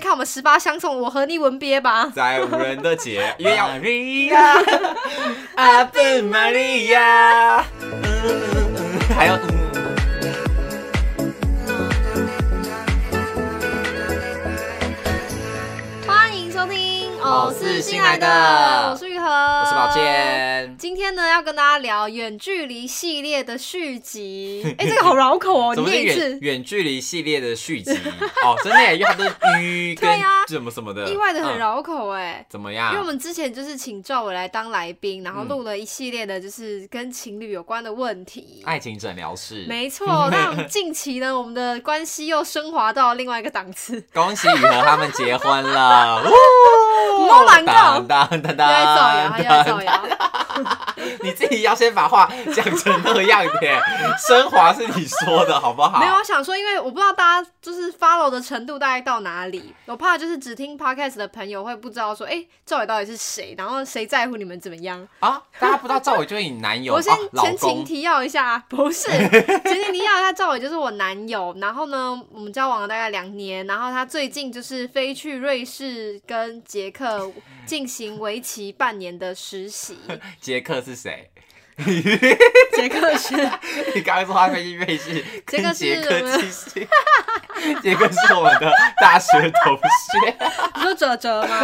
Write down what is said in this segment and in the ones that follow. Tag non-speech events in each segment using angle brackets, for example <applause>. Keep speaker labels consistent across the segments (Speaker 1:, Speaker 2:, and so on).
Speaker 1: 看我们十八相送，我和你吻别吧。
Speaker 2: 在无人的
Speaker 3: <laughs>
Speaker 2: 节，因为要
Speaker 3: Maria，阿贝 Maria，嗯嗯嗯，还有嗯。
Speaker 1: 欢迎收听，
Speaker 3: 哦是新来的
Speaker 1: 我是玉和，
Speaker 3: 我
Speaker 1: 我
Speaker 3: 是宝。健，
Speaker 1: 今天呢，要跟大家聊远距离系列的续集。
Speaker 3: <laughs>
Speaker 1: 哎、这个好绕口哦，
Speaker 3: 怎
Speaker 1: 你
Speaker 3: 么是
Speaker 1: 念一
Speaker 3: 远
Speaker 1: 次。
Speaker 3: 远距离系列的续集？ <laughs> 哦，真的耶，因为它都是鱼跟
Speaker 1: 对啊
Speaker 3: 什么什么的，
Speaker 1: 意外的很
Speaker 3: 嗯
Speaker 1: 绕口哎、
Speaker 3: 怎么
Speaker 1: 因为我
Speaker 3: 样？
Speaker 1: 们之前就是请赵伟来当来宾，然后
Speaker 3: 嗯
Speaker 1: 录了一系列的就是跟情侣有关的问题。
Speaker 3: 爱情诊疗室，
Speaker 1: 没错，那我们近期呢，我们的关系又升华到另外一个档次。
Speaker 3: 恭喜雨禾他们结
Speaker 1: <laughs>
Speaker 3: 婚了，呜！
Speaker 1: 摸兰告
Speaker 3: 哦当，当当当
Speaker 1: 又在造谣，他又在造
Speaker 3: 当，
Speaker 1: 谣。
Speaker 3: <laughs> 你自己要先把话讲成那样耶，升华是你说的好不好？
Speaker 1: 没有，我想说，因为我不知道大家就是 follow 的程度大概到哪里，我怕就是只听 podcast 的朋友会不知道说，哎、赵伟到底是谁，然后谁在乎你们怎么样。
Speaker 3: 啊，大家不知道赵伟就是你男友，
Speaker 1: 我先
Speaker 3: 哦老
Speaker 1: 前情
Speaker 3: 公，
Speaker 1: 提要一下， <laughs> 不是前情提要一下，赵伟就是我男友，然后呢，我们交往了大概两年，然后他最近就是飞去瑞士跟捷克进行为期半年的实
Speaker 3: <laughs>
Speaker 1: 习，
Speaker 3: 杰克是谁？ <laughs>
Speaker 1: 捷克是。
Speaker 3: 你刚刚说他飞去瑞士，
Speaker 1: 杰
Speaker 3: 跟
Speaker 1: 克
Speaker 3: 杰
Speaker 1: 是
Speaker 3: 克
Speaker 1: 我们
Speaker 3: 继续， <laughs> 杰克是我们的大学同学，
Speaker 1: 你说哲哲吗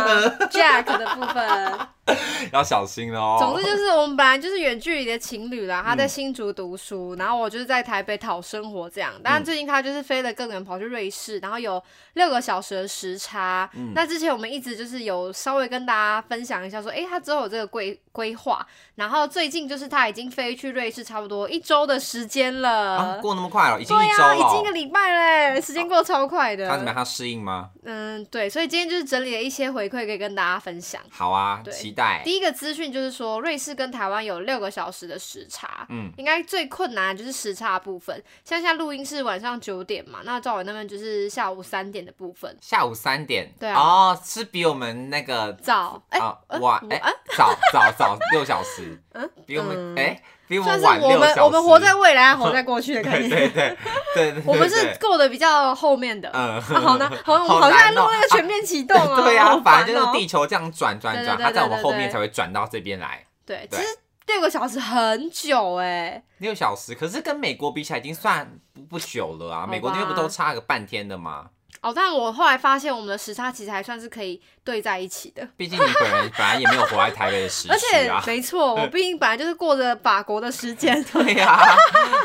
Speaker 1: ？Jack 的部分，
Speaker 3: <laughs> 要小心哦。嗯
Speaker 1: 总之就是我们本来就是远距离的情侣啦。他在新竹读书，然后我就是在台北讨生活这样。
Speaker 3: 嗯
Speaker 1: 但最近他就是飞得更远，跑去瑞士，然后有六个小时的时差。
Speaker 3: 嗯
Speaker 1: 那之前我们一直就是有稍微跟大家分享一下说，诶，他之后有这个规规划。然后最近就是他已经飞去瑞士差不多一周的时间了。
Speaker 3: 啊，过那么快了，已经
Speaker 1: 呃对
Speaker 3: 一周
Speaker 1: 呀、已经一个
Speaker 3: 了。哦
Speaker 1: 礼拜嘞，时间过得超快的。
Speaker 3: 他怎么样？他适应吗？
Speaker 1: 嗯，对，所以今天就是整理了一些回馈，可以跟大家分享。
Speaker 3: 好啊，
Speaker 1: 对
Speaker 3: 期待。
Speaker 1: 第一个资讯就是说，瑞士跟台湾有六个小时的时差，
Speaker 3: 嗯
Speaker 1: 嗯，应该最困难的就是时差的部分。像现在录音是晚上九点嘛，那赵伟那边就是下午三点的部分。
Speaker 3: 下午三点，
Speaker 1: 对啊
Speaker 3: 哦，是比我们那个
Speaker 1: 早，哎、
Speaker 3: 啊
Speaker 1: 呃
Speaker 3: 晚
Speaker 1: 我
Speaker 3: 哎
Speaker 1: 啊
Speaker 3: 早早早六小时，比我们
Speaker 1: 嗯
Speaker 3: 哎比我
Speaker 1: 算
Speaker 3: 们
Speaker 1: 是
Speaker 3: 晚
Speaker 1: 我
Speaker 3: 六小
Speaker 1: 们
Speaker 3: 时。
Speaker 1: 我们活在未来，啊活在过去的概
Speaker 3: <laughs> 对
Speaker 1: 念。
Speaker 3: 对对对对，
Speaker 1: <laughs> 我们
Speaker 3: 对
Speaker 1: 是过得比较后面的。
Speaker 3: 嗯
Speaker 1: 啊、好
Speaker 3: <laughs>
Speaker 1: 呢，好，我们
Speaker 3: 好
Speaker 1: 好像在
Speaker 3: 难
Speaker 1: 录
Speaker 3: 哦
Speaker 1: 那个全面启动啊。
Speaker 3: <laughs> 对
Speaker 1: 好
Speaker 3: 啊，
Speaker 1: 烦
Speaker 3: 反正就是
Speaker 1: 哦
Speaker 3: 地球这样转转
Speaker 1: 对
Speaker 3: 转，
Speaker 1: 对
Speaker 3: 它在我
Speaker 1: 对
Speaker 3: 们
Speaker 1: 对
Speaker 3: 后面
Speaker 1: 对
Speaker 3: 才会转到这边来。
Speaker 1: 对，
Speaker 3: 对
Speaker 1: 其实六个小时很久哎、
Speaker 3: 六小时，可是跟美国比起来已经算不不久了啊！
Speaker 1: 吧
Speaker 3: 美国那边不都差个半天的吗？
Speaker 1: 哦，但我后来发现，我们的时差其实还算是可以对在一起的。
Speaker 3: 毕竟你本
Speaker 1: <laughs>
Speaker 3: 人本来也没有活在台北的时
Speaker 1: 而
Speaker 3: 区
Speaker 1: 且
Speaker 3: 啊。
Speaker 1: 没错，我毕竟本来就是过着法国的时间，
Speaker 3: <laughs> 对呀、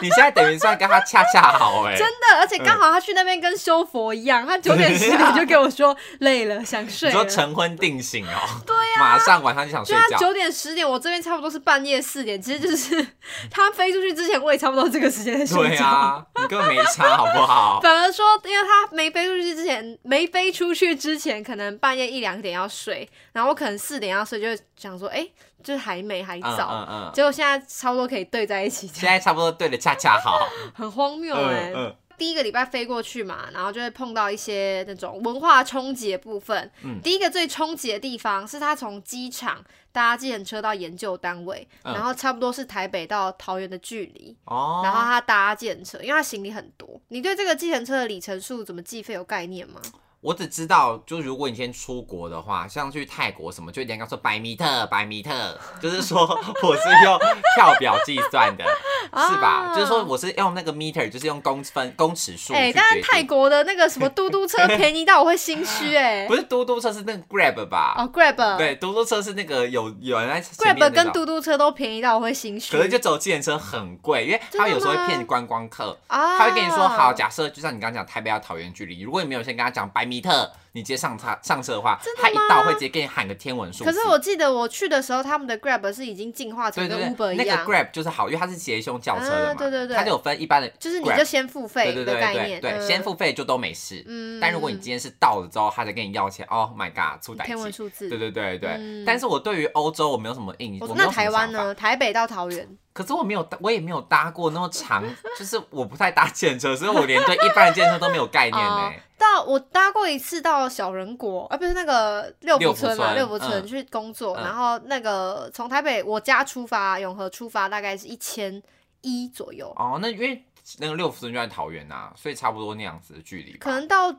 Speaker 3: 你现在等于算跟他恰恰好哎、
Speaker 1: 真的，而且刚好他去那边跟修佛一样，他九点十点就给我说累了，想睡
Speaker 3: 嗯你
Speaker 1: 了
Speaker 3: 说。晨昏定醒哦、对
Speaker 1: 啊
Speaker 3: 呀、马上晚上就想睡
Speaker 1: 就他
Speaker 3: 觉。
Speaker 1: 九点十点，我这边差不多是半夜四点，其实就是他飞出去之前，我也差不多这个时间在睡
Speaker 3: 对啊
Speaker 1: 觉。
Speaker 3: 呀、你根本没差好不好？
Speaker 1: 反而说，因为他没飞出去之前，没飞出去之前，可能半夜一两点要睡，然后我可能四点要睡，就会想说，哎、就是还没还
Speaker 3: 嗯
Speaker 1: <laughs> 早。
Speaker 3: 嗯嗯，
Speaker 1: 结果现在差不多可以对在一起，
Speaker 3: 现在差不多对的恰恰好。
Speaker 1: 很荒谬哎、
Speaker 3: 嗯嗯，
Speaker 1: 第一个礼拜飞过去嘛，然后就会碰到一些那种文化冲击的部分。
Speaker 3: 嗯
Speaker 1: 第一个最冲击的地方是他从机场搭计程车到研究单位，
Speaker 3: 嗯
Speaker 1: 然后差不多是台北到桃园的距离。
Speaker 3: 哦，
Speaker 1: 然后他搭计程车，因为他行李很多。你对这个计程车的里程数怎么计费有概念吗？
Speaker 3: 我只知道，就如果你先出国的话，像去泰国什么，就一定要说百米特，百米特，就是说我是用跳表计算的，是
Speaker 1: <laughs>
Speaker 3: 吧？
Speaker 1: 啊
Speaker 3: 就是说我是用那个 meter，就是用公分、公尺数
Speaker 1: 哎、
Speaker 3: 去
Speaker 1: 但
Speaker 3: 决
Speaker 1: 是泰
Speaker 3: 定。
Speaker 1: 国的那个什么嘟嘟车便宜到我会心
Speaker 3: <laughs>
Speaker 1: 虚哎、
Speaker 3: 不是嘟嘟车是那个 Grab 吧？
Speaker 1: 哦，Grab，
Speaker 3: 对，嘟嘟车是那个有有人在前面那
Speaker 1: ，Grab
Speaker 3: 种
Speaker 1: 跟，嘟嘟车都便宜到我会心虚。
Speaker 3: 可是就走计程车很贵，因为他有时候会骗观光客，
Speaker 1: 啊，
Speaker 3: 他会跟你说好，假设就像你刚刚讲台北到桃园距离，如果你没有先跟他讲百米特，你直接上他上车的话，
Speaker 1: 真的
Speaker 3: 他一
Speaker 1: 吗
Speaker 3: 到会直接给你喊个天文数字。
Speaker 1: 可是我记得我去的时候，他们的 Grab 是已经进化成
Speaker 3: 对
Speaker 1: 跟
Speaker 3: 对
Speaker 1: Uber
Speaker 3: 对，
Speaker 1: 一
Speaker 3: 那
Speaker 1: 样，
Speaker 3: 个 Grab 就是好，因为它是捷胸轿车的嘛，
Speaker 1: 啊对对对
Speaker 3: 它就有分一般的 Grab，
Speaker 1: 就是你就先付费
Speaker 3: 对对
Speaker 1: 的
Speaker 3: 对
Speaker 1: 概
Speaker 3: 对
Speaker 1: 念，
Speaker 3: 对，
Speaker 1: 嗯
Speaker 3: 先付费就都没事。
Speaker 1: 嗯
Speaker 3: 但如果你今天是到了之后，他才跟你要钱，Oh my god，出歹
Speaker 1: 天文
Speaker 3: 机。
Speaker 1: 数字，
Speaker 3: 对对对对，
Speaker 1: 嗯
Speaker 3: 但是我对于欧洲我没有什么印
Speaker 1: 我
Speaker 3: 象。
Speaker 1: 那台湾？呢？台北到桃园，
Speaker 3: 可是我没有搭，我也没有搭过那么长， <laughs> 就是我不太搭建车，所以我连对一般的建车都没有概念呢
Speaker 1: <laughs> 哦。到我搭过一次到小人国，啊，不是那个六福村嘛，
Speaker 3: 六
Speaker 1: 六
Speaker 3: 福
Speaker 1: 福
Speaker 3: 村
Speaker 1: 村去工作，
Speaker 3: 嗯
Speaker 1: 然后那个从台北我家出发，永和出发大概是一千一左右，
Speaker 3: 哦啊哦，那因为那个六福村就在桃园呐，所以差不多那样子的距离吧。
Speaker 1: 可能到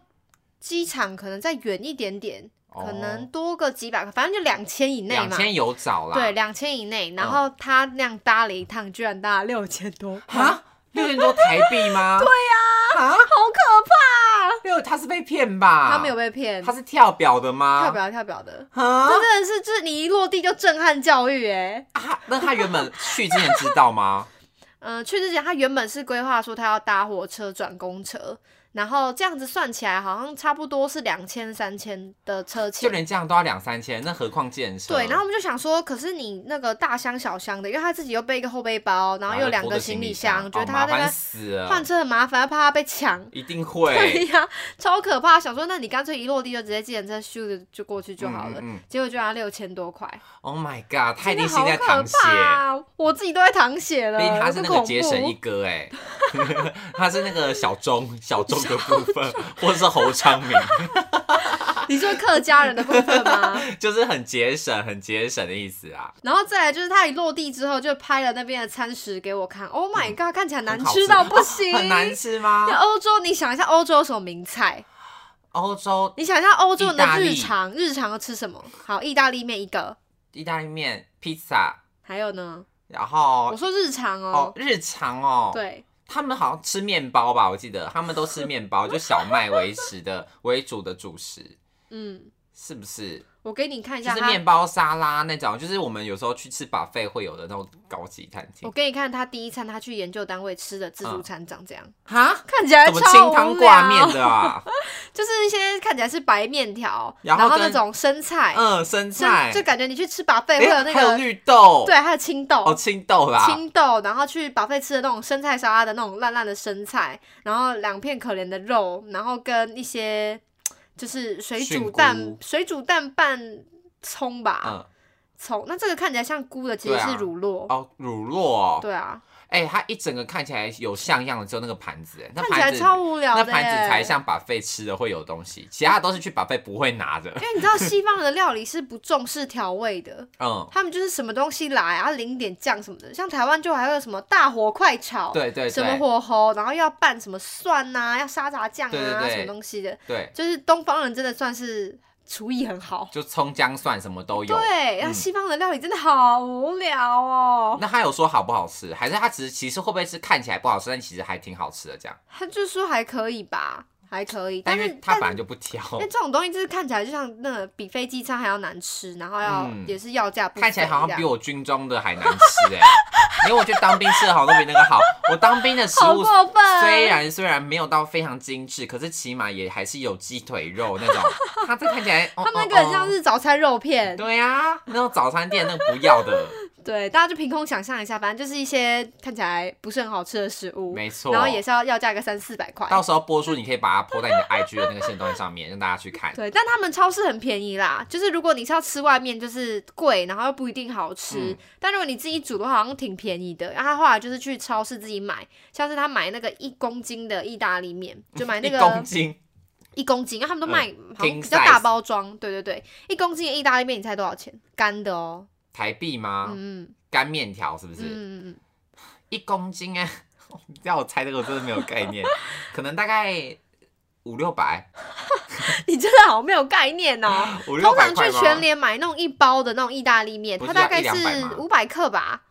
Speaker 1: 机场可能再远一点点，可能
Speaker 3: 哦
Speaker 1: 多个几百块，反正就两千以内
Speaker 3: 两
Speaker 1: 嘛。
Speaker 3: 千有找啦，
Speaker 1: 对，两千以内。
Speaker 3: 嗯
Speaker 1: 然后他那样搭了一趟，居然搭了六千
Speaker 3: <laughs>
Speaker 1: 多，
Speaker 3: 啊，六千多台币
Speaker 1: <laughs>
Speaker 3: 吗？对呀、啊，
Speaker 1: 好可
Speaker 3: 六他是被骗吧？
Speaker 1: 怕！他没有，被骗，
Speaker 3: 啊他是跳表的吗？
Speaker 1: 跳表跳表的，
Speaker 3: 啊
Speaker 1: 这，真的是就是你一落地就震撼教育哎、
Speaker 3: 啊那他原本去之前知
Speaker 1: <laughs>
Speaker 3: 道吗？
Speaker 1: 嗯，去之前他原本是规划说他要搭火车转公车，然后这样子算起来好像差不多是两千三千的车
Speaker 3: 就
Speaker 1: 钱。
Speaker 3: 连这样都要两三千，那何况健身？
Speaker 1: 对，然后我们就想说，可是你那个大箱小箱的，因为他自己又背一个后背包，然后又两
Speaker 3: 拖
Speaker 1: 个
Speaker 3: 着
Speaker 1: 行
Speaker 3: 行
Speaker 1: 李
Speaker 3: 箱，
Speaker 1: 觉得
Speaker 3: 哦
Speaker 1: 他
Speaker 3: 麻
Speaker 1: 那
Speaker 3: 烦
Speaker 1: 个
Speaker 3: 死了，
Speaker 1: 换车很麻烦，怕他被抢。
Speaker 3: 一定会，
Speaker 1: 对呀、超可怕！想说，那你干脆一落地就直接计程车咻的就过去就好了。
Speaker 3: 嗯嗯嗯
Speaker 1: 结果居然六千多块，
Speaker 3: Oh my god，他一
Speaker 1: 真
Speaker 3: 定
Speaker 1: 的
Speaker 3: 心
Speaker 1: 好
Speaker 3: 在
Speaker 1: 可
Speaker 3: 淌血，
Speaker 1: 怕啊！我自己都在淌血了，
Speaker 3: 毕竟他是
Speaker 1: 这
Speaker 3: 那
Speaker 1: 恐
Speaker 3: 个
Speaker 1: 怖
Speaker 3: 节省一
Speaker 1: <laughs>
Speaker 3: 哥哎、他是那个小钟小钟的部分，或者是侯昌明，
Speaker 1: 你说客家人的部分
Speaker 3: <laughs>
Speaker 1: 吗？
Speaker 3: 就是很节省很节省的意思啊。
Speaker 1: 然后再来就是他一落地之后就拍了那边的餐食给我看，Oh my god，、看起来难
Speaker 3: 很好
Speaker 1: 吃到不行，
Speaker 3: 嗯 <laughs> 很难。
Speaker 1: 那
Speaker 3: 吃吗？
Speaker 1: 欧洲，你想一下欧洲有什么名菜？
Speaker 3: 欧洲
Speaker 1: 你想一下欧洲人的
Speaker 3: 意大利
Speaker 1: 日常，日常要吃什么？好，意大利面一个，
Speaker 3: 意大利面、披萨，
Speaker 1: 还有呢？
Speaker 3: 然
Speaker 1: 我
Speaker 3: 后
Speaker 1: 说日常哦
Speaker 3: 哦，日常哦，，
Speaker 1: 对，
Speaker 3: 他们好像吃面包吧，我记得他们都吃面
Speaker 1: <laughs>
Speaker 3: 包，就小麦为食的为主的主食，
Speaker 1: 嗯，
Speaker 3: 是不是？
Speaker 1: 我给你看一
Speaker 3: 就
Speaker 1: 下
Speaker 3: 是
Speaker 1: 他，
Speaker 3: 面包沙拉那种，就是我们有时候去吃把费会有的那种高级餐
Speaker 1: 我
Speaker 3: 厅
Speaker 1: 给你看他第一餐他去研究单位吃的自助餐长这样，
Speaker 3: 哈，
Speaker 1: 看起来
Speaker 3: 啊怎么
Speaker 1: 超
Speaker 3: 清汤
Speaker 1: 无
Speaker 3: 挂
Speaker 1: 聊
Speaker 3: 面，的
Speaker 1: <laughs>
Speaker 3: 啊？
Speaker 1: 就是一些看起来是白面条，
Speaker 3: 然
Speaker 1: 然
Speaker 3: 后
Speaker 1: 后那
Speaker 3: 跟
Speaker 1: 种生菜，
Speaker 3: 嗯，生
Speaker 1: 生
Speaker 3: 菜，
Speaker 1: 就感觉你去吃把费会
Speaker 3: 哎
Speaker 1: 有那
Speaker 3: 还有
Speaker 1: 个
Speaker 3: 绿豆，，
Speaker 1: 对，还有青豆，
Speaker 3: 哦，青豆啦，
Speaker 1: 青豆，然后去把费吃的那种生菜沙拉的那种烂烂的生菜，然后两片可怜的肉，然后跟一些就是水煮
Speaker 3: 菌
Speaker 1: 蛋
Speaker 3: 菇、
Speaker 1: 水煮蛋拌葱吧，
Speaker 3: 嗯，
Speaker 1: 葱。那这个看起来像菇的，其实
Speaker 3: 对啊
Speaker 1: 是乳酪。
Speaker 3: 哦，乳酪哦，
Speaker 1: 对啊，
Speaker 3: 哎、它一整个看起来有像样的只有那个盘子，哎那
Speaker 1: 看起
Speaker 3: 盘
Speaker 1: 来
Speaker 3: 子
Speaker 1: 超无聊
Speaker 3: 那
Speaker 1: 的欸
Speaker 3: 盘子
Speaker 1: 耶
Speaker 3: 才。像把费吃的会有东西，其他的都是去把费不会拿的。
Speaker 1: 因为你知道西方人的料理是不重视调味的，
Speaker 3: 嗯，
Speaker 1: 他们就是什么东西来啊，淋点酱什么的。像台湾就还会有什么大火快炒，
Speaker 3: 对对
Speaker 1: 什么
Speaker 3: 对，
Speaker 1: 火候，然后要拌什么蒜呐、要沙茶酱啊，
Speaker 3: 对对对
Speaker 1: 什么东西的。
Speaker 3: 对，
Speaker 1: 就是东方人真的算是厨艺很好。
Speaker 3: 就葱姜蒜什么都有。嗯
Speaker 1: 对，然后西方的料理真的好无聊哦。
Speaker 3: 那他有说好不好吃，还是他只是其实会不会是看起来不好吃，但其实还挺好吃的这样？
Speaker 1: 他就说还可以吧，还可以，
Speaker 3: 但
Speaker 1: 是
Speaker 3: 是他本
Speaker 1: 但
Speaker 3: 来就不挑，
Speaker 1: 因为这种东西就是看起来就像那个比飞机餐还要难吃，然后要、
Speaker 3: 嗯
Speaker 1: 也是要价不菲
Speaker 3: 看起来好
Speaker 1: 这
Speaker 3: 像
Speaker 1: 样
Speaker 3: 比我军中的还难吃哎、 <laughs> 因为我觉得当兵吃的好像都比那个好。我当兵的食
Speaker 1: 好
Speaker 3: 物
Speaker 1: 过分
Speaker 3: 虽然虽然没有到非常精致，可是起码也还是有鸡腿肉
Speaker 1: <laughs>
Speaker 3: 那种。它这看起来，哦
Speaker 1: 他们那
Speaker 3: 哦
Speaker 1: 个很
Speaker 3: 哦
Speaker 1: 像是早餐肉片，
Speaker 3: 对啊，那种早餐店那个不要的，
Speaker 1: 对，大家就凭空想象一下，反正就是一些看起来不是很好吃的食物，
Speaker 3: 没错
Speaker 1: 然后也是要要价个三四百块，
Speaker 3: 到时候播出你可以把它泼在你的 IG 的那个线段上面，让大家去看。
Speaker 1: 对，但他们超市很便宜啦，就是如果你是要吃外面，就是贵，然后又不一定好吃。
Speaker 3: 嗯
Speaker 1: 但如果你自己煮的话，好像挺便宜的。然后他后来就是去超市自己买，像是他买那个一公斤的意大利面，就 <laughs> 买那
Speaker 3: <laughs> 一公
Speaker 1: 个
Speaker 3: 斤，
Speaker 1: 一公斤，因为他们都
Speaker 3: 嗯
Speaker 1: 卖好像
Speaker 3: king
Speaker 1: 比较大
Speaker 3: size
Speaker 1: 包装。对对对，一公斤的意大利面，你猜多少钱？干的哦，
Speaker 3: 台币吗？
Speaker 1: 嗯
Speaker 3: 干面条啊是不
Speaker 1: 嗯
Speaker 3: 是？
Speaker 1: 嗯嗯，
Speaker 3: 一公斤 <laughs> 哎、要我猜这个我真的没有概念，可能大概五六百， <laughs>
Speaker 1: 嗯 <laughs> 你真的好没有概念哦。
Speaker 3: 五六
Speaker 1: 通
Speaker 3: 百
Speaker 1: 常
Speaker 3: 块
Speaker 1: 去
Speaker 3: 吗？
Speaker 1: 全联买那种一包的那种意大利面，
Speaker 3: 不
Speaker 1: 它
Speaker 3: 是
Speaker 1: 大
Speaker 3: 要
Speaker 1: 概
Speaker 3: 一两百
Speaker 1: 是
Speaker 3: 吗
Speaker 1: 五百克吧，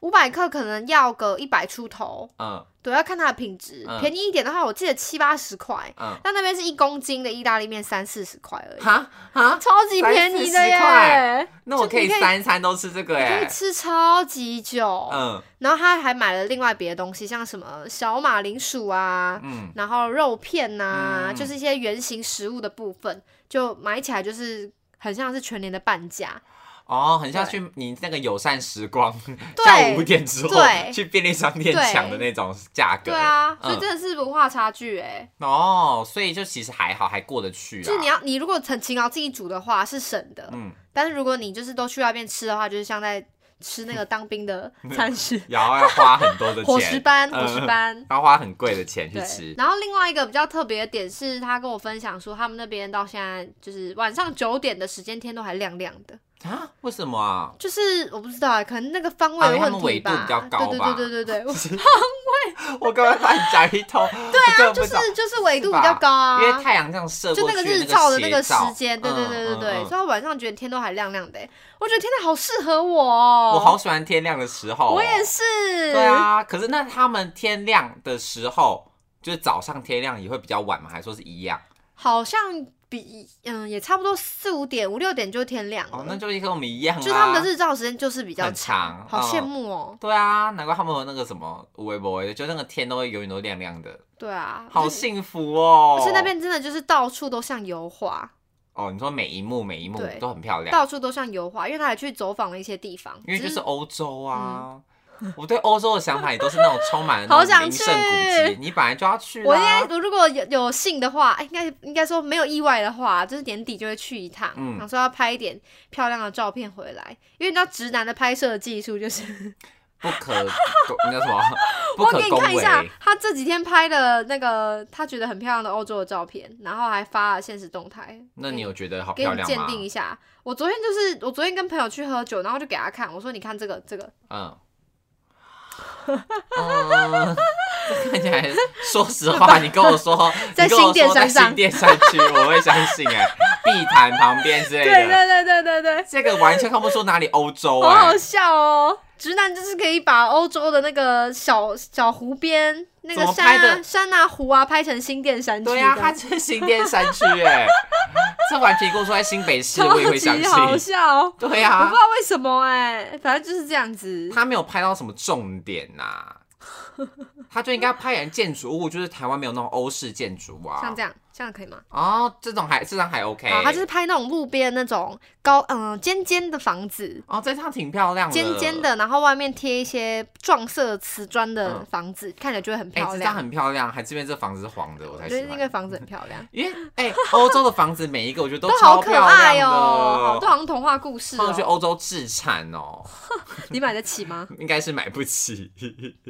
Speaker 1: 五百克可能要个一百出头。
Speaker 3: 嗯
Speaker 1: 对，要看它的品质，
Speaker 3: 嗯
Speaker 1: 便宜一点的话，我记得七八十块，
Speaker 3: 嗯，
Speaker 1: 但那边是一公斤的意大利面三四十块而已，
Speaker 3: 哈哈，
Speaker 1: 超级便宜的
Speaker 3: 30块
Speaker 1: 耶！
Speaker 3: 那我可以
Speaker 1: 就你可以
Speaker 3: 三餐都吃这个
Speaker 1: 可以
Speaker 3: 哎、
Speaker 1: 吃超级久，
Speaker 3: 嗯
Speaker 1: 然后他还买了另外别的东西，像什么小马铃薯啊，
Speaker 3: 嗯，
Speaker 1: 然后肉片呐、
Speaker 3: 嗯
Speaker 1: 就是一些圆形食物的部分，就买起来就是很像是全年的半价。
Speaker 3: 哦，很像去你那个友善时光，
Speaker 1: 对
Speaker 3: <laughs> 下午五点之后
Speaker 1: 对
Speaker 3: 去便利商店
Speaker 1: 对
Speaker 3: 抢的那种价格。
Speaker 1: 对啊，所以
Speaker 3: 嗯
Speaker 1: 真的是文化差距哎、
Speaker 3: 哦，所以就其实还好，还过得去啊。
Speaker 1: 就是你要你如果很勤劳自己煮的话是省的，
Speaker 3: 嗯，
Speaker 1: 但是如果你就是都去外面吃的话，就是像在吃那个当兵的餐
Speaker 3: <laughs>
Speaker 1: 食，
Speaker 3: 然后要花很多的钱，
Speaker 1: 伙食班，
Speaker 3: 嗯
Speaker 1: 伙食班。
Speaker 3: 要花很贵的钱去
Speaker 1: 对，
Speaker 3: 吃。
Speaker 1: 然后另外一个比较特别的点是，他跟我分享说，他们那边到现在就是晚上九点的时间，天都还亮亮的，
Speaker 3: 啊？为什么啊？
Speaker 1: 就是我不知道哎，可能那个方位
Speaker 3: 啊因
Speaker 1: 的
Speaker 3: 为他
Speaker 1: 问
Speaker 3: 们
Speaker 1: 题
Speaker 3: <laughs> 纬度比较高吧
Speaker 1: 对对对对对对，
Speaker 3: 我刚刚乱讲一通，对
Speaker 1: <laughs> 对啊，就是就是纬度比较高啊，
Speaker 3: 因为太阳这样射
Speaker 1: 就
Speaker 3: 过
Speaker 1: 那
Speaker 3: 去，
Speaker 1: 个
Speaker 3: 那个
Speaker 1: 日照的那
Speaker 3: 斜
Speaker 1: 个时
Speaker 3: 照
Speaker 1: 间，对对
Speaker 3: 嗯
Speaker 1: 对对
Speaker 3: 嗯
Speaker 1: 对，
Speaker 3: 嗯
Speaker 1: 所以我晚上觉得天都还亮亮的欸、我觉得天呐，好适合我哦、
Speaker 3: 我好喜欢天亮的时候、哦
Speaker 1: 我也。是，
Speaker 3: 对，啊，可是那他们天亮的时候，就是早上天亮也会比较晚吗？还是说是一样？
Speaker 1: 好像比嗯也差不多四五点五六点就天亮了，
Speaker 3: 哦，那就跟我们一样啦。
Speaker 1: 就他们的日照时间就是比较
Speaker 3: 很长
Speaker 1: 好羡
Speaker 3: 嗯
Speaker 1: 慕哦、
Speaker 3: 对啊，难怪他们有那个什么微博，就那个天都会永远都亮亮的，
Speaker 1: 对啊，
Speaker 3: 好
Speaker 1: 就
Speaker 3: 幸福哦。
Speaker 1: 可是那边真的就是到处都像油画，
Speaker 3: 哦，你说每一幕每一幕
Speaker 1: 对
Speaker 3: 都很漂亮，
Speaker 1: 到处都像油画，因为他还去走访了一些地方，
Speaker 3: 因为就
Speaker 1: 只
Speaker 3: 是欧洲啊。我对欧洲的想法也都是那种充满了
Speaker 1: 嗯
Speaker 3: 那
Speaker 1: 好
Speaker 3: 种
Speaker 1: 想
Speaker 3: 名胜古迹，你本来就要去
Speaker 1: 我应该
Speaker 3: 啊。
Speaker 1: 我如果有有幸的话，哎应该应该说没有意外的话，就是年底就会去一趟，
Speaker 3: 嗯
Speaker 1: 想说要拍一点漂亮的照片回来，因为你知道直男的拍摄技术就是，
Speaker 3: 不可， <laughs> 那叫什么？
Speaker 1: <laughs>
Speaker 3: 不
Speaker 1: 我
Speaker 3: 可
Speaker 1: 给你
Speaker 3: 恭
Speaker 1: 看一
Speaker 3: 维。
Speaker 1: 下他这几天拍的那个他觉得很漂亮的欧洲的照片，然后还发了现实动态。
Speaker 3: 那你有觉得好
Speaker 1: 给
Speaker 3: 漂
Speaker 1: 你
Speaker 3: 亮
Speaker 1: 鉴
Speaker 3: 吗？
Speaker 1: 定一下，我昨天就是我昨天跟朋友去喝酒，然后就给他看，我说你看这个这个，
Speaker 3: 嗯， <laughs> 嗯，这看起来，说实话，你跟我说，
Speaker 1: <laughs> 在
Speaker 3: 你跟我
Speaker 1: 新店
Speaker 3: 说在
Speaker 1: 山上
Speaker 3: 新店山区，我会相
Speaker 1: <laughs>
Speaker 3: 信哎、碧潭旁边之类
Speaker 1: 对
Speaker 3: 的，
Speaker 1: 对对对对对，
Speaker 3: 这个完全看不出哪里欧洲
Speaker 1: 好
Speaker 3: 哎、
Speaker 1: 好笑哦！直男就是可以把欧洲的那个小小湖边、那个
Speaker 3: 怎么
Speaker 1: 山
Speaker 3: 拍
Speaker 1: 啊、
Speaker 3: 的
Speaker 1: 山啊、湖啊，拍成新店山区这
Speaker 3: 对
Speaker 1: 样。
Speaker 3: 呀、啊，它是新店山区哎、这完全跟我说在新北市，我也会相
Speaker 1: 超级好
Speaker 3: 信。
Speaker 1: 笑哦。
Speaker 3: 对
Speaker 1: 我不
Speaker 3: 呀、
Speaker 1: 知道为什么哎、反正就是这样子。
Speaker 3: 他没有拍到什么重点呐、他就应该拍点建筑物，就是台湾没有那种欧式建筑啊，
Speaker 1: 像这样，这样可以吗？
Speaker 3: 哦，这种还这张还 OK，
Speaker 1: 啊，他就是拍那种路边那种高嗯、尖尖的房子，
Speaker 3: 哦，这张挺漂亮的，
Speaker 1: 尖尖，的，然后外面贴一些撞色瓷砖的房子，看起来就会很
Speaker 3: 嗯哎、
Speaker 1: 漂
Speaker 3: 这张
Speaker 1: 亮。
Speaker 3: 很漂亮，还是因为这房子是黄的，我才
Speaker 1: 我
Speaker 3: 喜
Speaker 1: 觉得
Speaker 3: 欢。
Speaker 1: 那个房子很漂亮，
Speaker 3: 因为哎，欧、洲的房子每一个我觉得
Speaker 1: 都
Speaker 3: 超
Speaker 1: 好可
Speaker 3: 漂
Speaker 1: 爱
Speaker 3: 亮的，
Speaker 1: 哦，都好像童话故事
Speaker 3: 他们去
Speaker 1: 哦。
Speaker 3: 欧洲自产哦，
Speaker 1: 你买得起吗？
Speaker 3: 应该是买不起。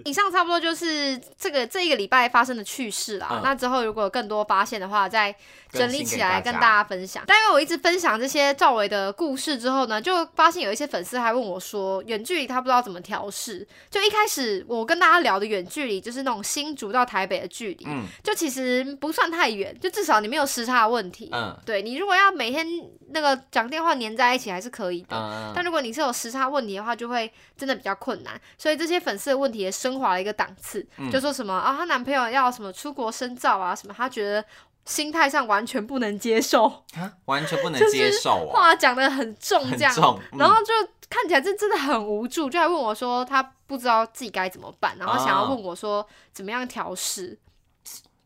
Speaker 1: 以上差不多就是这个这一个礼拜发生的趣事啦。
Speaker 3: 嗯
Speaker 1: 那之后如果有更多发现的话，再整理起来
Speaker 3: 更新给大家
Speaker 1: 跟大家分享。但因为我一直分享这些赵薇的故事之后呢，就发现有一些粉丝还问我说，远距离他不知道怎么调试。就一开始我跟大家聊的远距离，就是那种新竹到台北的距离，
Speaker 3: 嗯
Speaker 1: 就其实不算太远，就至少你没有时差的问题。
Speaker 3: 嗯
Speaker 1: 对你如果要每天那个讲电话黏在一起，还是可以的。
Speaker 3: 嗯，
Speaker 1: 但如果你是有时差问题的话，就会真的比较困难。所以这些粉丝的问题也升华了一个档次，
Speaker 3: 嗯
Speaker 1: 就说什么啊，她男朋友要什么出国深造啊，什么她觉得心态上完全不能接受，
Speaker 3: 啊完全不能
Speaker 1: 就是
Speaker 3: 接受哦，
Speaker 1: 话讲的很重
Speaker 3: 很
Speaker 1: 这样，
Speaker 3: 重。嗯
Speaker 1: 然后就看起来这真的很无助，就来问我说她不知道自己该怎么办，然后想要
Speaker 3: 哦
Speaker 1: 问我说怎么样调试，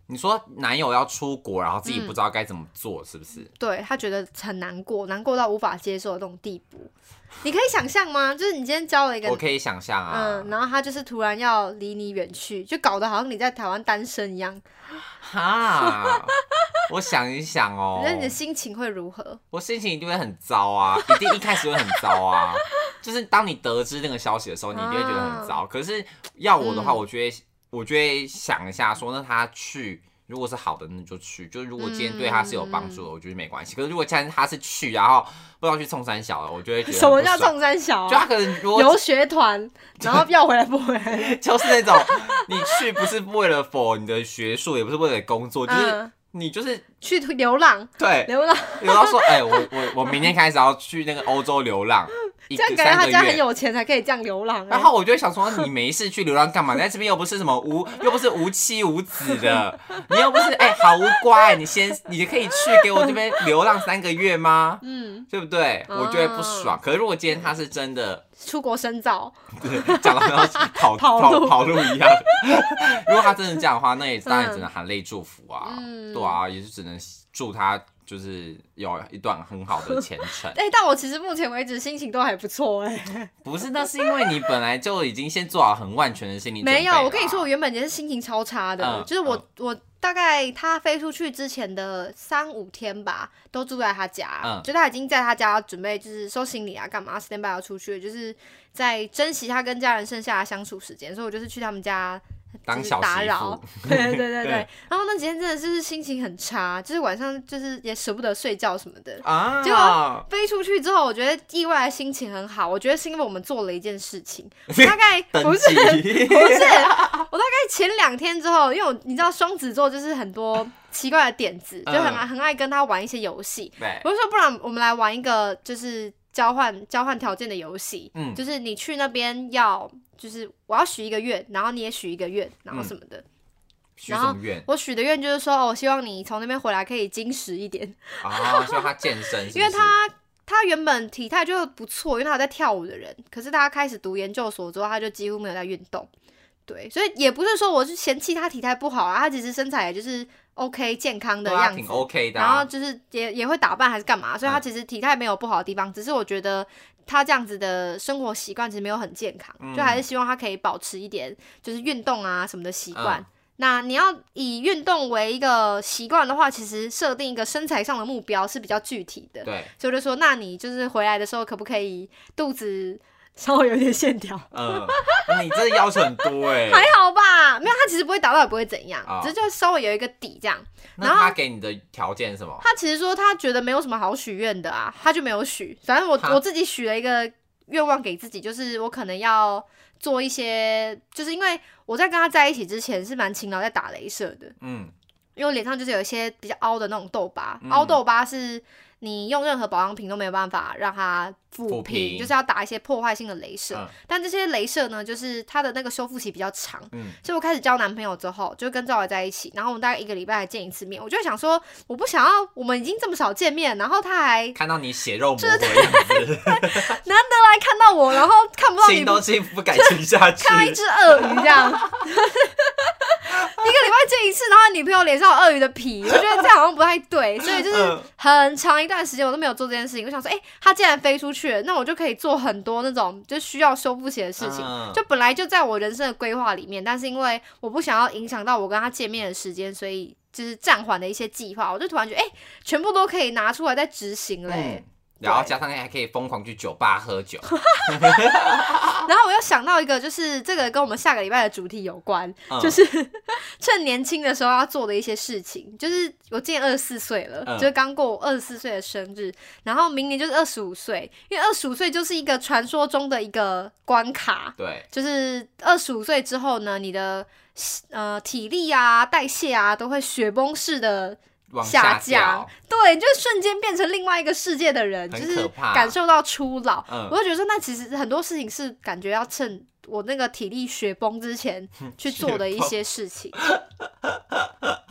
Speaker 3: 你说男友要出国，然后自己
Speaker 1: 嗯
Speaker 3: 不知道该怎么做，是不是？
Speaker 1: 对她觉得很难过，难过到无法接受的那种地步。你可以想象吗？就是你今天交了一个
Speaker 3: 我可以想象啊
Speaker 1: 嗯，，然后他就是突然要离你远去，就搞得好像你在台湾单身一样。
Speaker 3: 哈，我想一想哦
Speaker 1: 你觉，得你的心情会如何？
Speaker 3: 我心情一定会很糟啊，
Speaker 1: <laughs>
Speaker 3: 一定一开始会很糟啊。就是当你得知那个消息的时候，你一定会觉得很糟。可是要我的话，
Speaker 1: 啊嗯
Speaker 3: 我觉得我就会想一下说那他去如果是好的，那就去。就是如果今天对他是有帮
Speaker 1: 嗯
Speaker 3: 助的，我觉得没关系。可是如果既然他是去，然后不知道去冲山小了，我就会觉得
Speaker 1: 什么
Speaker 3: 很不
Speaker 1: 叫
Speaker 3: 爽？
Speaker 1: 中山小、
Speaker 3: 就他
Speaker 1: 啊？
Speaker 3: 可能如果
Speaker 1: 游学团，然后要回来不回来？
Speaker 3: <laughs> 就是那种你去不是为了否你的学术，也不是为了工作，就是
Speaker 1: 嗯，
Speaker 3: 你就是
Speaker 1: 去流浪，
Speaker 3: 对
Speaker 1: 流浪，
Speaker 3: 有到说，哎、我我我明天开始要去那个欧洲流
Speaker 1: <laughs>
Speaker 3: 浪，一
Speaker 1: 这样
Speaker 3: 个
Speaker 1: 感觉
Speaker 3: 三
Speaker 1: 他
Speaker 3: 个
Speaker 1: 家很
Speaker 3: 月。
Speaker 1: 有钱才可以这样流浪、欸。
Speaker 3: 然后我就会想说，你没事去流浪干嘛？你在这边又不是什么无，又不是无妻无子的， <laughs> 你又不是哎、好无瓜哎、你先你可以去给我这边流浪三个月吗？
Speaker 1: 嗯，
Speaker 3: 对不对？我就会不爽。可是如果今天他是真的， <laughs>
Speaker 1: 出国深造，
Speaker 3: 对讲到要
Speaker 1: <laughs>
Speaker 3: 跑
Speaker 1: 跑
Speaker 3: 跑
Speaker 1: 路
Speaker 3: 跑路一样， <laughs> 如果他真的这样的话，那也当然只能含泪祝福啊，
Speaker 1: 嗯
Speaker 3: 对啊，也是只能祝他就是有一段很好的前程。
Speaker 1: 哎、但我其实目前为止心情都还不错哎、
Speaker 3: 不是，那是因为你本来就已经先做好很万全的心理准备。啊
Speaker 1: 没有，我跟你说，我，原本也是心情超差的，
Speaker 3: 嗯
Speaker 1: 就是我、我大概他飞出去之前的三五天吧，都住在他家，
Speaker 3: 嗯
Speaker 1: 就他已经在他家准备就是收行李啊，干嘛
Speaker 3: <laughs>
Speaker 1: stand by 要出去，就是在珍惜他跟家人剩下的相处时间，所以我就是去他们家。
Speaker 3: 当
Speaker 1: 就是
Speaker 3: 小
Speaker 1: 打
Speaker 3: 媳
Speaker 1: 扰
Speaker 3: 妇，
Speaker 1: 对对对对
Speaker 3: 对。
Speaker 1: 然后那几天真的就是心情很差，就是晚上就是也舍不得睡觉什么的。 <laughs>
Speaker 3: 啊，
Speaker 1: 结果飞出去之后，我觉得意外的心情很好。我觉得是因为我们做了一件事情，我大概不
Speaker 3: <laughs> 登
Speaker 1: 是
Speaker 3: 记
Speaker 1: 不是，我大概前两天之后，因为我你知道双子座就是很多奇怪的点子，就
Speaker 3: 嗯
Speaker 1: 很爱很爱跟他玩一些游戏。 <laughs>
Speaker 3: 对
Speaker 1: 我就说，不然我们来玩一个就是交换交换条件的游戏，
Speaker 3: 嗯
Speaker 1: 就是你去那边要就是我要许一个愿，然后你也许一个愿，然后什么
Speaker 3: 嗯
Speaker 1: 的。
Speaker 3: 许什么愿
Speaker 1: 我许的愿就是说，哦，我希望你从那边回来可以精实一点，
Speaker 3: 啊？希望他健身是不是，
Speaker 1: 因为他。他原本体态就不错，因为他有在跳舞的人，可是他开始读研究所之后，他就几乎没有在运动。对，所以也不是说我是嫌弃他体态不好啊，他其实身材也就是 OK 健康的
Speaker 3: 对啊
Speaker 1: 样子，
Speaker 3: 挺 OK 的
Speaker 1: 然后
Speaker 3: 啊，
Speaker 1: 就是也也会打扮还是干嘛，所以他
Speaker 3: 嗯
Speaker 1: 其实体态没有不好的地方，只是我觉得他这样子的生活习惯其实没有很健康，
Speaker 3: 嗯
Speaker 1: 就还是希望他可以保持一点就是运动啊什么的习惯。
Speaker 3: 嗯
Speaker 1: 那你要以运动为一个习惯的话，其实设定一个身材上的目标是比较具体的。
Speaker 3: 对，
Speaker 1: 所以我就说，那你就是回来的时候可不可以肚子稍微有一点线条？
Speaker 3: 嗯，你真的要求很多
Speaker 1: <laughs>
Speaker 3: 哎，
Speaker 1: 还好吧，没有，他其实不会打到，也不会怎样，
Speaker 3: 哦
Speaker 1: 只是就稍微有一个底这样。
Speaker 3: 那
Speaker 1: 然后
Speaker 3: 他给你的条件是什么？
Speaker 1: 他其实说他觉得没有什么好许愿的啊，他就没有许。反正我
Speaker 3: 哈
Speaker 1: 我自己许了一个愿望给自己，就是我可能要做一些，就是因为我在跟他在一起之前是蛮勤劳在打镭射的，
Speaker 3: 嗯，
Speaker 1: 因为我脸上就是有一些比较凹的那种痘疤，
Speaker 3: 嗯
Speaker 1: 凹痘疤是你用任何保养品都没有办法让它抚
Speaker 3: 抚平
Speaker 1: 就是要打一些破坏性的镭射。
Speaker 3: 嗯
Speaker 1: 但这些镭射呢，就是它的那个修复期比较长，
Speaker 3: 嗯
Speaker 1: 所以我开始交男朋友之后，就跟赵伟在一起，然后我们大概一个礼拜还见一次面，我就想说，我不想要，我们已经这么少见面，然后他还
Speaker 3: 看到你血肉模糊的样子，
Speaker 1: 难得来看到我，然后看不到你
Speaker 3: 亲都亲不敢亲下去，
Speaker 1: 看到一只鳄鱼这样，一 <laughs> 个礼拜见一次，然后女朋友脸上有鳄鱼的皮，我觉得这样好像不太对，所以就是
Speaker 3: 嗯
Speaker 1: 很长一段时间我都没有做这件事情。我想说，哎、它既然飞出去了，那我就可以做很多那种就需要修复起的事情。
Speaker 3: 嗯
Speaker 1: 就本来就在我人生的规划里面，但是因为我不想要影响到我跟他见面的时间，所以就是暂缓的一些计划，我就突然觉得，哎、全部都可以拿出来再执行嘞、
Speaker 3: 嗯，然后加上还可以疯狂去酒吧
Speaker 1: <laughs>
Speaker 3: 喝酒，嗯
Speaker 1: 然后我又想到一个，就是这个跟我们下个礼拜的主题有关，
Speaker 3: 嗯
Speaker 1: 就是趁年轻的时候要做的一些事情。就是我今年二十四岁了，
Speaker 3: 嗯
Speaker 1: 就是刚过我二十四岁的生日，然后明年就是二十五岁，因为二十五岁就是一个传说中的一个关卡，
Speaker 3: 对，
Speaker 1: 就是二十五岁之后呢，你的呃体力啊、代谢啊都会雪崩式的
Speaker 3: 往
Speaker 1: 下降
Speaker 3: 掉，，
Speaker 1: 对，就瞬间变成另外一个世界的人，就
Speaker 3: 很
Speaker 1: 是
Speaker 3: 可怕
Speaker 1: 感受到初老。
Speaker 3: 嗯
Speaker 1: 我就觉得说，那其实很多事情是感觉要趁我那个体力雪崩之前
Speaker 3: <laughs>
Speaker 1: 去做的一些事情。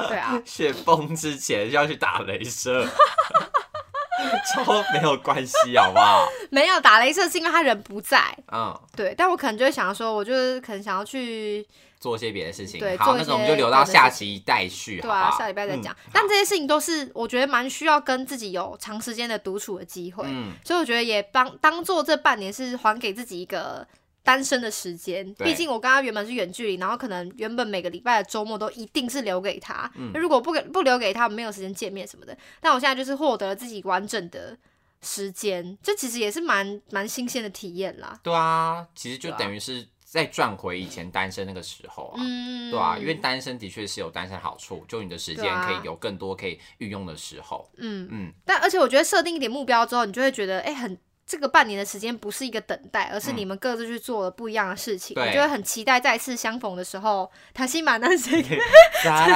Speaker 1: 对啊，
Speaker 3: 雪崩之前要去打镭射， <laughs> 超没有关系，好不好？
Speaker 1: 没有打雷射是因为他人不在，
Speaker 3: 嗯，
Speaker 1: 对，但我可能就会想说，我就是可能想要去，
Speaker 3: 做些别的事情
Speaker 1: 对。
Speaker 3: 好，
Speaker 1: 做一
Speaker 3: 那
Speaker 1: 些
Speaker 3: 种我们就留到下期待续，
Speaker 1: 对
Speaker 3: 好不
Speaker 1: 啊，
Speaker 3: 好
Speaker 1: 下礼拜再
Speaker 3: 嗯
Speaker 1: 讲。但这些事情都是我觉得蛮需要跟自己有长时间的独处的机会。
Speaker 3: 嗯，
Speaker 1: 所以我觉得也帮当做这半年是还给自己一个单身的时间。
Speaker 3: 对
Speaker 1: 毕竟我跟他原本是远距离，然后可能原本每个礼拜的周末都一定是留给他。
Speaker 3: 嗯
Speaker 1: 如果不给不留给他，我们没有时间见面什么的。但我现在就是获得了自己完整的时间，这其实也是蛮蛮新鲜的体验啦。
Speaker 3: 对啊，其实就
Speaker 1: 对啊
Speaker 3: 等于是再赚回以前单身那个时候啊。
Speaker 1: 嗯，
Speaker 3: 对啊，因为单身的确是有单身好处，就你的时
Speaker 1: 对
Speaker 3: 间
Speaker 1: 啊
Speaker 3: 可以有更多可以运用的时候。
Speaker 1: 嗯
Speaker 3: 嗯，
Speaker 1: 但而且我觉得设定一点目标之后，你就会觉得，哎、很这个半年的时间不是一个等待，而是你们各自去做了不一样的事情，
Speaker 3: 嗯对
Speaker 1: 你就会很期待再次相逢的时候，他心满那些。
Speaker 3: 对啊，
Speaker 1: 我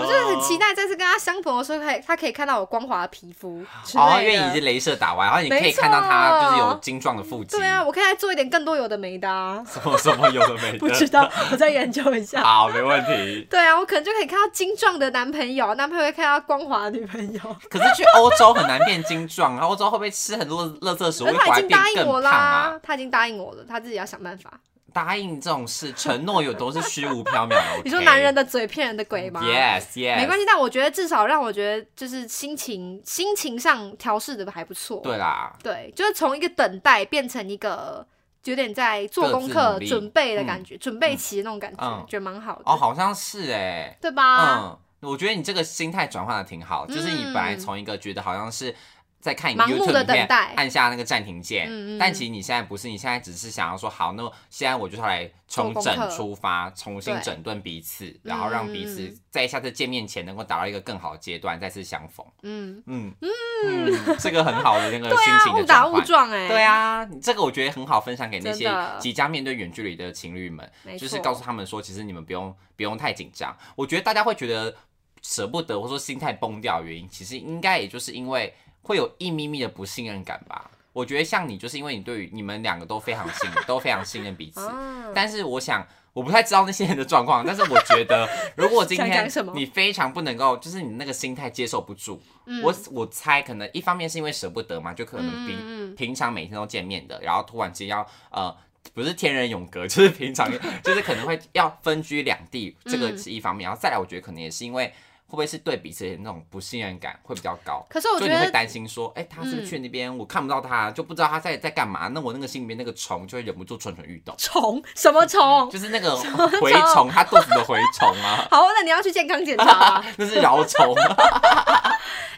Speaker 3: 我
Speaker 1: 就是很期。待再次跟他相逢的时候，可以他可以看到我光滑的皮肤之类的。
Speaker 3: 哦，因为你是镭射打完，然后你可
Speaker 1: 没
Speaker 3: 以
Speaker 1: 错
Speaker 3: 看到它就是有精壮的腹肌。
Speaker 1: 对啊，，我可以再做一点更多有的没的、
Speaker 3: <laughs>。
Speaker 1: 啊
Speaker 3: 什么什么有的没的。
Speaker 1: 不知道，我再研究一下。
Speaker 3: 好，没问题。
Speaker 1: 对啊，我可能就可以看到精壮的男朋友，男朋友会看到光滑的女朋友。
Speaker 3: 可是去欧洲很难变精壮，啊然后欧洲会不会吃很多垃圾食物，
Speaker 1: 而
Speaker 3: 会
Speaker 1: 他
Speaker 3: 反
Speaker 1: 已
Speaker 3: 而
Speaker 1: 经
Speaker 3: 变
Speaker 1: 答应我
Speaker 3: 更胖啊
Speaker 1: 啦？，他已经答应我了，他自己要想办法。
Speaker 3: 答应这种事，承诺有都是虚无缥缈的。
Speaker 1: <laughs> 你说男人
Speaker 3: 的
Speaker 1: 的嘴骗人的鬼吗
Speaker 3: Yes Yes，
Speaker 1: 没关
Speaker 3: 系。
Speaker 1: 系，但我觉得至少让我觉得就是心情心情上调试的还不错。
Speaker 3: 对啦，
Speaker 1: 对，就是从一个等待变成一个有点在做
Speaker 3: 各
Speaker 1: 功
Speaker 3: 自
Speaker 1: 课、
Speaker 3: 努力
Speaker 1: 准备的感觉，准备期的那种感觉，
Speaker 3: 嗯
Speaker 1: 觉得蛮好的，
Speaker 3: 哦，好像是哎。
Speaker 1: 对吧？嗯
Speaker 3: 嗯，我觉得你这个心态转换的挺好，就是你本来从一个觉得好像是。在看你
Speaker 1: 盲目
Speaker 3: YouTube
Speaker 1: 地
Speaker 3: 里面
Speaker 1: 等待
Speaker 3: 按下那个暂停键，
Speaker 1: 嗯嗯
Speaker 3: 但其实你现在不是，你现在只是想要说好，那现在我就是要来重
Speaker 1: 做功课
Speaker 3: 整出发，重新
Speaker 1: 对
Speaker 3: 整顿彼此，然后让彼
Speaker 1: 嗯嗯
Speaker 3: 此在下次见面前能够达到一个更好的阶段，再次相逢。
Speaker 1: 嗯，
Speaker 3: 嗯嗯，是个很好的那个心
Speaker 1: 啊，
Speaker 3: 情
Speaker 1: 误
Speaker 3: 的
Speaker 1: 打
Speaker 3: 转
Speaker 1: 误
Speaker 3: 换。
Speaker 1: 撞哎、
Speaker 3: 对，啊，你这个我觉得很好分享给那些
Speaker 1: 真的
Speaker 3: 即将面对远距离的情侣们
Speaker 1: 没，
Speaker 3: 就是
Speaker 1: 错
Speaker 3: 告诉他们说，其实你们不用不用太紧张。我觉得大家会觉得舍不得或者说心态崩掉的原因，其实应该也就是因为会有一咪咪的不信任感吧。我觉得像你，就是因为你对于你们两个都非常信，都非常信任彼此。
Speaker 1: 啊，
Speaker 3: 但是我想，我不太知道那些人的状况，但是我觉
Speaker 1: <laughs>
Speaker 3: 得，如果今
Speaker 1: 想
Speaker 3: 天
Speaker 1: 讲什么
Speaker 3: 你非常不能够，就是你那个心态接受不住，
Speaker 1: 嗯
Speaker 3: 我我猜可能一方面是因为舍不得嘛，就可能平、
Speaker 1: 嗯嗯嗯
Speaker 3: 平常每天都见面的，然后突然之间要呃。不是天人永隔， <laughs> 就是平常就是可能会要分居两地，这个
Speaker 1: 嗯
Speaker 3: 是一方面。然后再来，我觉得可能也是因为会不会是对彼此的那种不信任感会比较高，
Speaker 1: 可是我
Speaker 3: 就
Speaker 1: 觉
Speaker 3: 你会
Speaker 1: 得
Speaker 3: 担心说，哎、他是不是去那边、我看不到他，就不知道他在在干嘛？那我那个心里面那个虫就会忍不住蠢蠢欲动。
Speaker 1: <laughs> 虫什么虫？
Speaker 3: 就
Speaker 1: <laughs>
Speaker 3: 是那个蛔虫，它肚子的蛔虫啊，
Speaker 1: 好，那你要去健康检查、
Speaker 3: <laughs>
Speaker 1: 啊。
Speaker 3: 那是饶虫。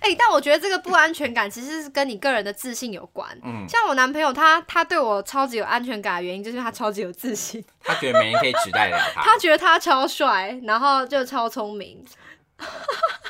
Speaker 1: 哎、但我觉得这个不安全感其实是跟你个人的自信有关。
Speaker 3: 嗯
Speaker 1: 像我男朋友他，他对我超级有安全感的原因，就是他超级有自信，
Speaker 3: 他觉得没人可以取代得了他。
Speaker 1: 他觉得他超帅，然后就超聪明。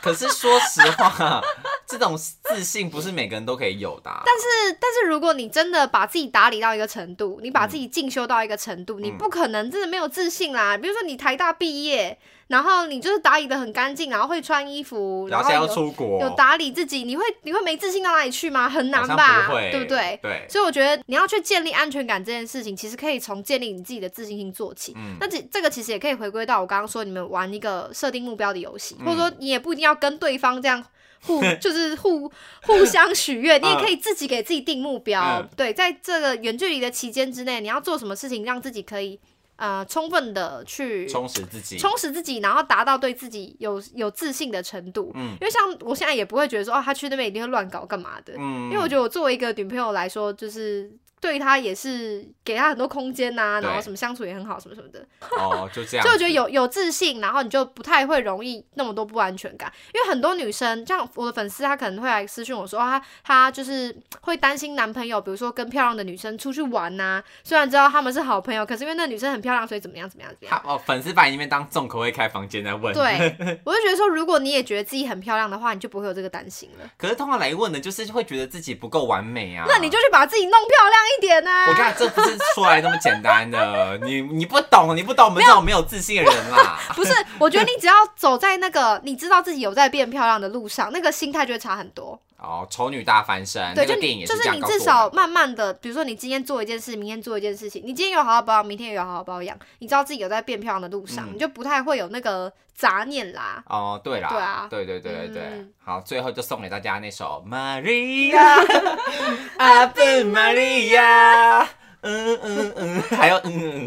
Speaker 3: 可是说实话， <laughs> 这种自信不是每个人都可以有的啊、
Speaker 1: 但是，但是如果你真的把自己打理到一个程度，你把自己进修到一个程
Speaker 3: 嗯
Speaker 1: 度，你不可能真的没有自信啦。比如说你台大毕业，然后你就是打理的很干净，然后会穿衣服，
Speaker 3: 然后
Speaker 1: 后
Speaker 3: 现在要
Speaker 1: 有
Speaker 3: 出国，
Speaker 1: 有打理自己，你会你会没自信到哪里去吗？很难
Speaker 3: 好像
Speaker 1: 吧，
Speaker 3: 不会，
Speaker 1: 对不对？
Speaker 3: 对，
Speaker 1: 所以我觉得你要去建立安全感这件事情，其实可以从建立你自己的自信心做起。
Speaker 3: 嗯
Speaker 1: 那这这个其实也可以回归到我刚刚说，你们玩一个设定目标的游戏，
Speaker 3: 嗯
Speaker 1: 或者说你也不一定要跟对方这样
Speaker 3: <laughs>
Speaker 1: 互，就是互互相许愿，你也可以自己给自己定目标。
Speaker 3: 嗯
Speaker 1: 对，在这个远距离的期间之内，你要做什么事情让自己可以呃充分的去
Speaker 3: 充实自己，
Speaker 1: 充实自己，然后达到对自己有有自信的程度。
Speaker 3: 嗯
Speaker 1: 因为像我现在也不会觉得说哦，他去那边一定会乱搞干嘛的，因
Speaker 3: 嗯
Speaker 1: 为我觉得我作为一个女朋友来说，就是对她也是给她很多空间呐、
Speaker 3: 对
Speaker 1: 然后什么相处也很好，什么什么的，
Speaker 3: 哦，就这样，
Speaker 1: 所以我觉得有有自信，然后你就不太会容易那么多不安全感。因为很多女生，像我的粉丝，她可能会来私讯我说，哦她她就是会担心男朋友，比如说跟漂亮的女生出去玩呐、虽然知道他们是好朋友，可是因为那女生很漂亮，所以怎么样怎么样怎么样
Speaker 3: 他。哦，粉丝把你那边当重口味开房间在问，。 <laughs>
Speaker 1: 对，我就觉得说，如果你也觉得自己很漂亮的话，你就不会有这个担心了。
Speaker 3: 可是通常来问的就是会觉得自己不够完美啊，
Speaker 1: 那你就去把自己弄漂亮一点呐、
Speaker 3: 我跟你讲，这不是说来那么简单的，你你不懂，你不懂我们这种没有自信的人啦。
Speaker 1: <laughs> 不是，我觉得你只要走在那个你知道自己有在变漂亮的路上，那个心态就会差很多。
Speaker 3: 哦，丑女大翻身，
Speaker 1: 对，
Speaker 3: 啊那
Speaker 1: 就
Speaker 3: 个电影
Speaker 1: 你
Speaker 3: 也
Speaker 1: 就是
Speaker 3: 这
Speaker 1: 是
Speaker 3: 样
Speaker 1: 你
Speaker 3: 告诉
Speaker 1: 至
Speaker 3: 我
Speaker 1: 少
Speaker 3: 们的
Speaker 1: 慢慢的，比如说你今天做一件事，明天做一件事情，你今天有好好保养，明天也有好好保养，你知道自己有在变漂亮的路上，
Speaker 3: 嗯
Speaker 1: 你就不太会有那个杂念啦。
Speaker 3: 哦，对啦，
Speaker 1: 对啊
Speaker 3: 对对对对对
Speaker 1: 嗯
Speaker 3: 好，最后就送给大家
Speaker 1: <laughs>
Speaker 3: 那首《Maria》，Ave Maria，嗯嗯嗯，还有嗯嗯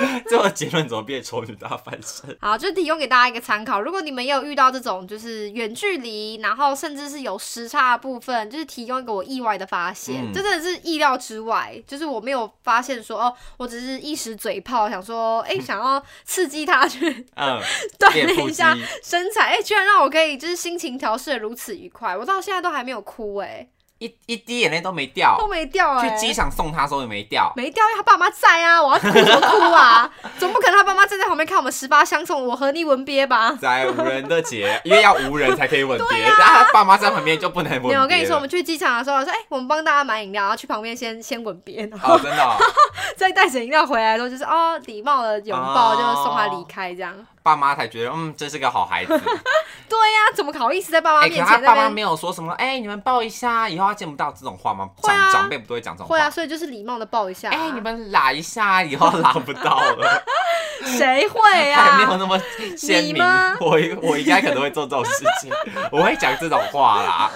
Speaker 3: 嗯，最后结论怎么变丑女大翻身？
Speaker 1: 好，就提供给大家一个参考。如果你们也有遇到这种就是远距离，然后甚至是有时差的部分，就是提供一个我意外的发现，
Speaker 3: 嗯
Speaker 1: 这真的是意料之外。就是我没有发现说哦，我只是一时嘴炮，想说哎、想要刺激他去 <laughs>
Speaker 3: 嗯，
Speaker 1: 锻
Speaker 3: 练
Speaker 1: 炼
Speaker 3: 腹
Speaker 1: 一
Speaker 3: 肌，
Speaker 1: 下身材，哎、居然让我可以就是心情调试的如此愉快，我到现在都还没有哭哎、
Speaker 3: 一一滴眼泪都没掉
Speaker 1: 都，没掉哎、
Speaker 3: 去机场送他的时候也没掉。
Speaker 1: 没掉，因为他爸妈在啊！我要哭什么哭
Speaker 3: <laughs>
Speaker 1: 啊？总不可能他爸妈站在旁边看我们十八相送，我和你吻别吧？
Speaker 3: 在无人的节，因为要无人才可以吻别，然后他爸妈在旁边就不能吻
Speaker 1: 啊没
Speaker 3: 别
Speaker 1: 有，
Speaker 3: 了。
Speaker 1: 我跟你说，我们去机场的时候，我说，哎、我们帮大家买饮料，然后去旁边先先吻别，然后
Speaker 3: 哦，真的哦、
Speaker 1: 再带着饮料回来的时候，就是哦，礼貌的拥抱，
Speaker 3: 哦
Speaker 1: 就是送他离开这样。
Speaker 3: 爸妈才觉得嗯，这是个好孩子。
Speaker 1: 对哎呀、怎么好意思在爸妈
Speaker 3: 哎、
Speaker 1: 面
Speaker 3: 可
Speaker 1: 前那
Speaker 3: 是他爸妈
Speaker 1: 边？
Speaker 3: 没有说什么，哎、你们抱一下，以后他见不到这种话吗？
Speaker 1: 会
Speaker 3: 长、
Speaker 1: 啊
Speaker 3: 长辈不都会讲这种话？
Speaker 1: 会啊，所以就是礼貌的抱一下、
Speaker 3: 哎、你们拉一下，以后拉不
Speaker 1: <laughs>
Speaker 3: 到了，
Speaker 1: 谁会
Speaker 3: 还没有
Speaker 1: 啊？
Speaker 3: 那么鲜
Speaker 1: 你
Speaker 3: 明
Speaker 1: 吗。
Speaker 3: 我我应该可能会做这种事情， <laughs> 我会讲这种话啦。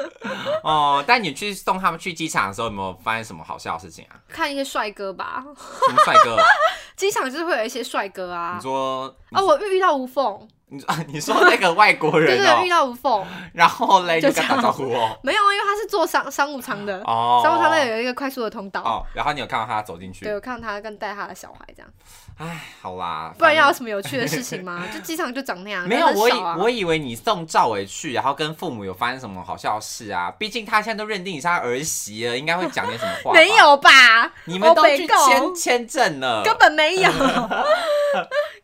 Speaker 3: <laughs> 哦，但你去送他们去机场的时候，有没有发现什么好笑的事情啊？
Speaker 1: 看一些帅哥吧， <laughs>
Speaker 3: 什么帅哥？
Speaker 1: 机场就是会有一些帅哥啊
Speaker 3: 你。说
Speaker 1: 哦，我遇到无缝，
Speaker 3: 你啊，你说 <laughs> 那个外国
Speaker 1: 就
Speaker 3: 人
Speaker 1: 是有遇
Speaker 3: 哦，
Speaker 1: 到无缝，
Speaker 3: 然后嘞，
Speaker 1: 就
Speaker 3: 就跟他
Speaker 1: 这样
Speaker 3: 打招呼哦。
Speaker 1: 没有啊，因为他是坐商商务舱的，
Speaker 3: 哦，
Speaker 1: 商务舱那有一个快速的通道，
Speaker 3: 哦，然后你有看到他走进去
Speaker 1: 对，我看到他跟带他的小孩这样，
Speaker 3: 哎，好啦，
Speaker 1: 不然
Speaker 3: 反正
Speaker 1: 要有什么有趣的事情
Speaker 3: <laughs>
Speaker 1: 吗？就机场就长那样，
Speaker 3: 没有
Speaker 1: 人
Speaker 3: 我
Speaker 1: 很
Speaker 3: 以
Speaker 1: 少啊
Speaker 3: 我以为你送赵伟去，然后跟父母有发生什么好笑的事啊？毕竟他现在都认定你是他儿媳了，应该会讲点什么话。
Speaker 1: 没，有吧？
Speaker 3: 你们都
Speaker 1: 我
Speaker 3: 去
Speaker 1: 北购
Speaker 3: 签签证了，
Speaker 1: 根本没
Speaker 3: <laughs>
Speaker 1: 有，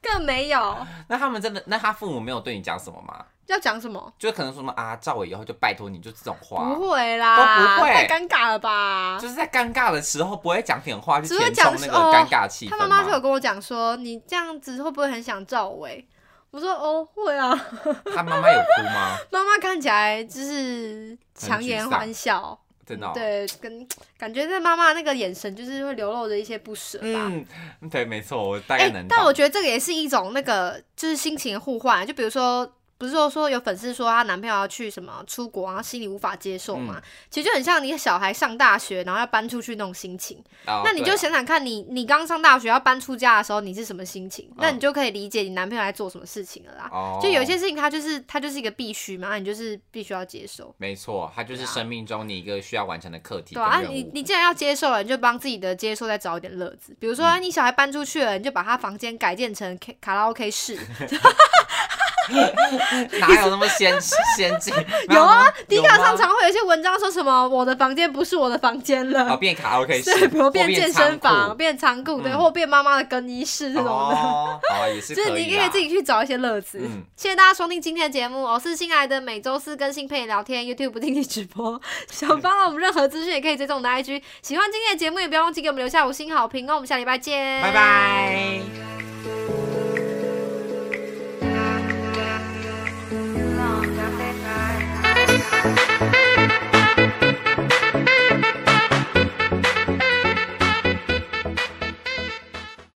Speaker 1: 更没有。
Speaker 3: 那他们真的，那他父母没有对你讲什么吗？
Speaker 1: 要讲什么？
Speaker 3: 就可能说什么啊，赵伟以后就拜托你，就这种话，
Speaker 1: 不会啦，
Speaker 3: 都不会
Speaker 1: 太尴尬了吧？
Speaker 3: 就是在尴尬的时候不会讲点话去
Speaker 1: 只会
Speaker 3: 填充那
Speaker 1: 讲
Speaker 3: 个
Speaker 1: 哦
Speaker 3: 尴尬气氛
Speaker 1: 他
Speaker 3: 吗？
Speaker 1: 妈妈就有跟我讲说，你这样子会不会很想赵薇？我说哦，会啊。 <laughs>
Speaker 3: 他妈妈有哭吗？
Speaker 1: 妈妈看起来就是强颜欢笑，
Speaker 3: 真的、哦，
Speaker 1: 对，跟感觉在妈妈那个眼神就是会流露着一些不舍吧。
Speaker 3: 嗯，对，没错，我大
Speaker 1: 哎、
Speaker 3: 概能懂。
Speaker 1: 但我觉得这个也是一种那个就是心情的互换，就比如说。不是说说有粉丝说她男朋友要去什么出国，然后心里无法接受嘛？
Speaker 3: 嗯
Speaker 1: 其实就很像你小孩上大学，然后要搬出去那种心情。
Speaker 3: 哦
Speaker 1: 那你
Speaker 3: 对
Speaker 1: 就
Speaker 3: 啊
Speaker 1: 想想看你，你刚上大学要搬出家的时候，你是什么心情？那
Speaker 3: 嗯
Speaker 1: 你就可以理解你男朋友在做什么事情了啦。
Speaker 3: 哦，
Speaker 1: 就有一些事情，它就是它就是一个必须嘛，那你就是必须要接受，
Speaker 3: 没错，它就是生命中你一个需要完成的课
Speaker 1: 啊对
Speaker 3: 题跟
Speaker 1: 吧、啊？
Speaker 3: 任务。
Speaker 1: 你你既然要接受了，你就帮自己的接受再找一点乐子。比如
Speaker 3: 嗯
Speaker 1: 说，啊你小孩搬出去了，你就把他房间改建成 K- 卡拉 OK 室，
Speaker 3: <laughs> 哪有那么先先进？
Speaker 1: <laughs> 有啊
Speaker 3: 哪那么，
Speaker 1: 迪卡上
Speaker 3: 有吗
Speaker 1: 常会有一些文章说什么我的房间不是我的房间
Speaker 3: 哦，
Speaker 1: 了，
Speaker 3: 变卡拉
Speaker 1: 对，
Speaker 3: OK 室，
Speaker 1: 比如
Speaker 3: 或
Speaker 1: 变
Speaker 3: 变
Speaker 1: 健
Speaker 3: 仓
Speaker 1: 身房、
Speaker 3: 库
Speaker 1: 变仓库，对，
Speaker 3: 嗯
Speaker 1: 或变妈妈的更衣室这种的。
Speaker 3: 哦，好啊，也是
Speaker 1: <laughs> 就是
Speaker 3: 可
Speaker 1: 你
Speaker 3: 以
Speaker 1: 可以
Speaker 3: 啦
Speaker 1: 自己去找一些乐子。
Speaker 3: 嗯
Speaker 1: 谢谢大家收听今天的节目，我是新来的，每周四更新陪你聊天，YouTube 不定期直播。 <laughs> 想帮到我们任何资讯，也可以追踪我们的 IG。喜欢今天的节目，也不要忘记给我们留下五星好评哦。我们下礼拜见，
Speaker 3: 拜拜。